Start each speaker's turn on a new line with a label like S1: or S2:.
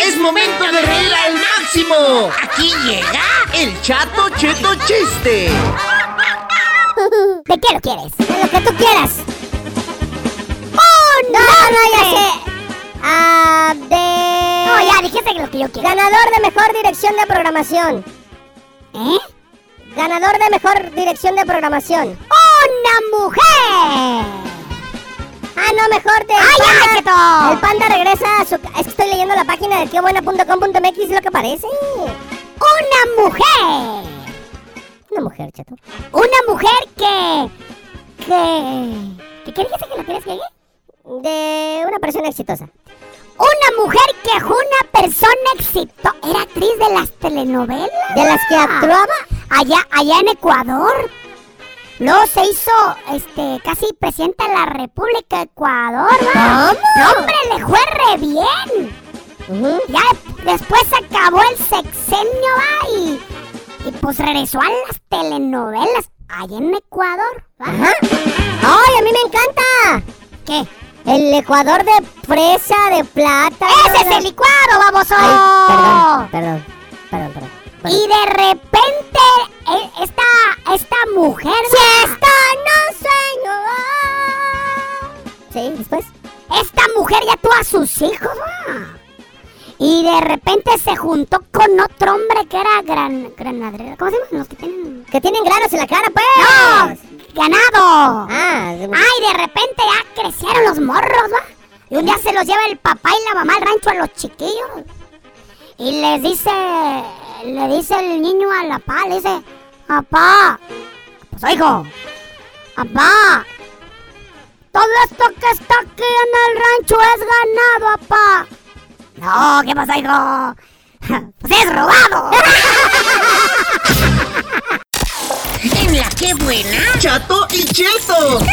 S1: ¡Es momento de reír al máximo! Aquí llega el Chato Cheto Chiste.
S2: ¿De qué lo quieres? De lo que tú quieras. ¡Oh, no! No, ya sé. Ah, de...
S3: No, ya, dijiste que lo que yo quiero.
S2: Ganador de mejor dirección de programación.
S3: ¿Eh?
S2: Ganador de mejor dirección de programación. ¡Una mujer! Ah, no, mejor de.
S3: ¡Ay, ya, Cheto!
S2: El panda regresa a su. ca- Es que estoy leyendo la página de quebuena.com.mx, es lo que parece.
S3: Una mujer.
S2: Una mujer, chato.
S3: Una mujer que... Que... ¿Que qué dijiste que la quieres que llegue?
S2: De una persona exitosa.
S3: Una mujer que es una persona exitosa. Era actriz de las telenovelas.
S2: De las que actuaba.
S3: Allá, allá en Ecuador. Luego se hizo, este, casi presidenta de la República de Ecuador, ¿va?
S2: ¿Cómo?
S3: No, hombre, le fue re bien.
S2: Ujú.
S3: Ya de- después se acabó el sexenio, ¿va? Y, y pues regresó a las telenovelas allá en Ecuador, ¿va?
S2: Ajá. ¡Ay, a mí me encanta!
S3: ¿Qué?
S2: El Ecuador de fresa, de plata.
S3: ¡Ese
S2: ¿no?
S3: es el licuado, baboso!
S2: Ay, perdón, perdón, perdón, perdón. Bueno,
S3: Y de repente, e- esta, esta mujer... ¡Si esta no sueño!
S2: Sí, después.
S3: Esta mujer ya tuvo a sus hijos, ¿va? Y de repente se juntó con otro hombre que era gran, granadero. ¿Cómo se llaman los que tienen...?
S2: Que tienen granos en la cara, pues.
S3: ¡No! ¡Ganado!
S2: Ah,
S3: Ay, de repente ya crecieron los morros, ¿va? Y un día se los lleva el papá y la mamá al rancho a los chiquillos. Y les dice, le dice el niño a la papá, le dice, papá, pues hijo, papá, todo esto que está aquí en el rancho es ganado, papá. No, ¿qué pasa, hijo? Pues es robado.
S1: En la que buena. Chato y Cheto.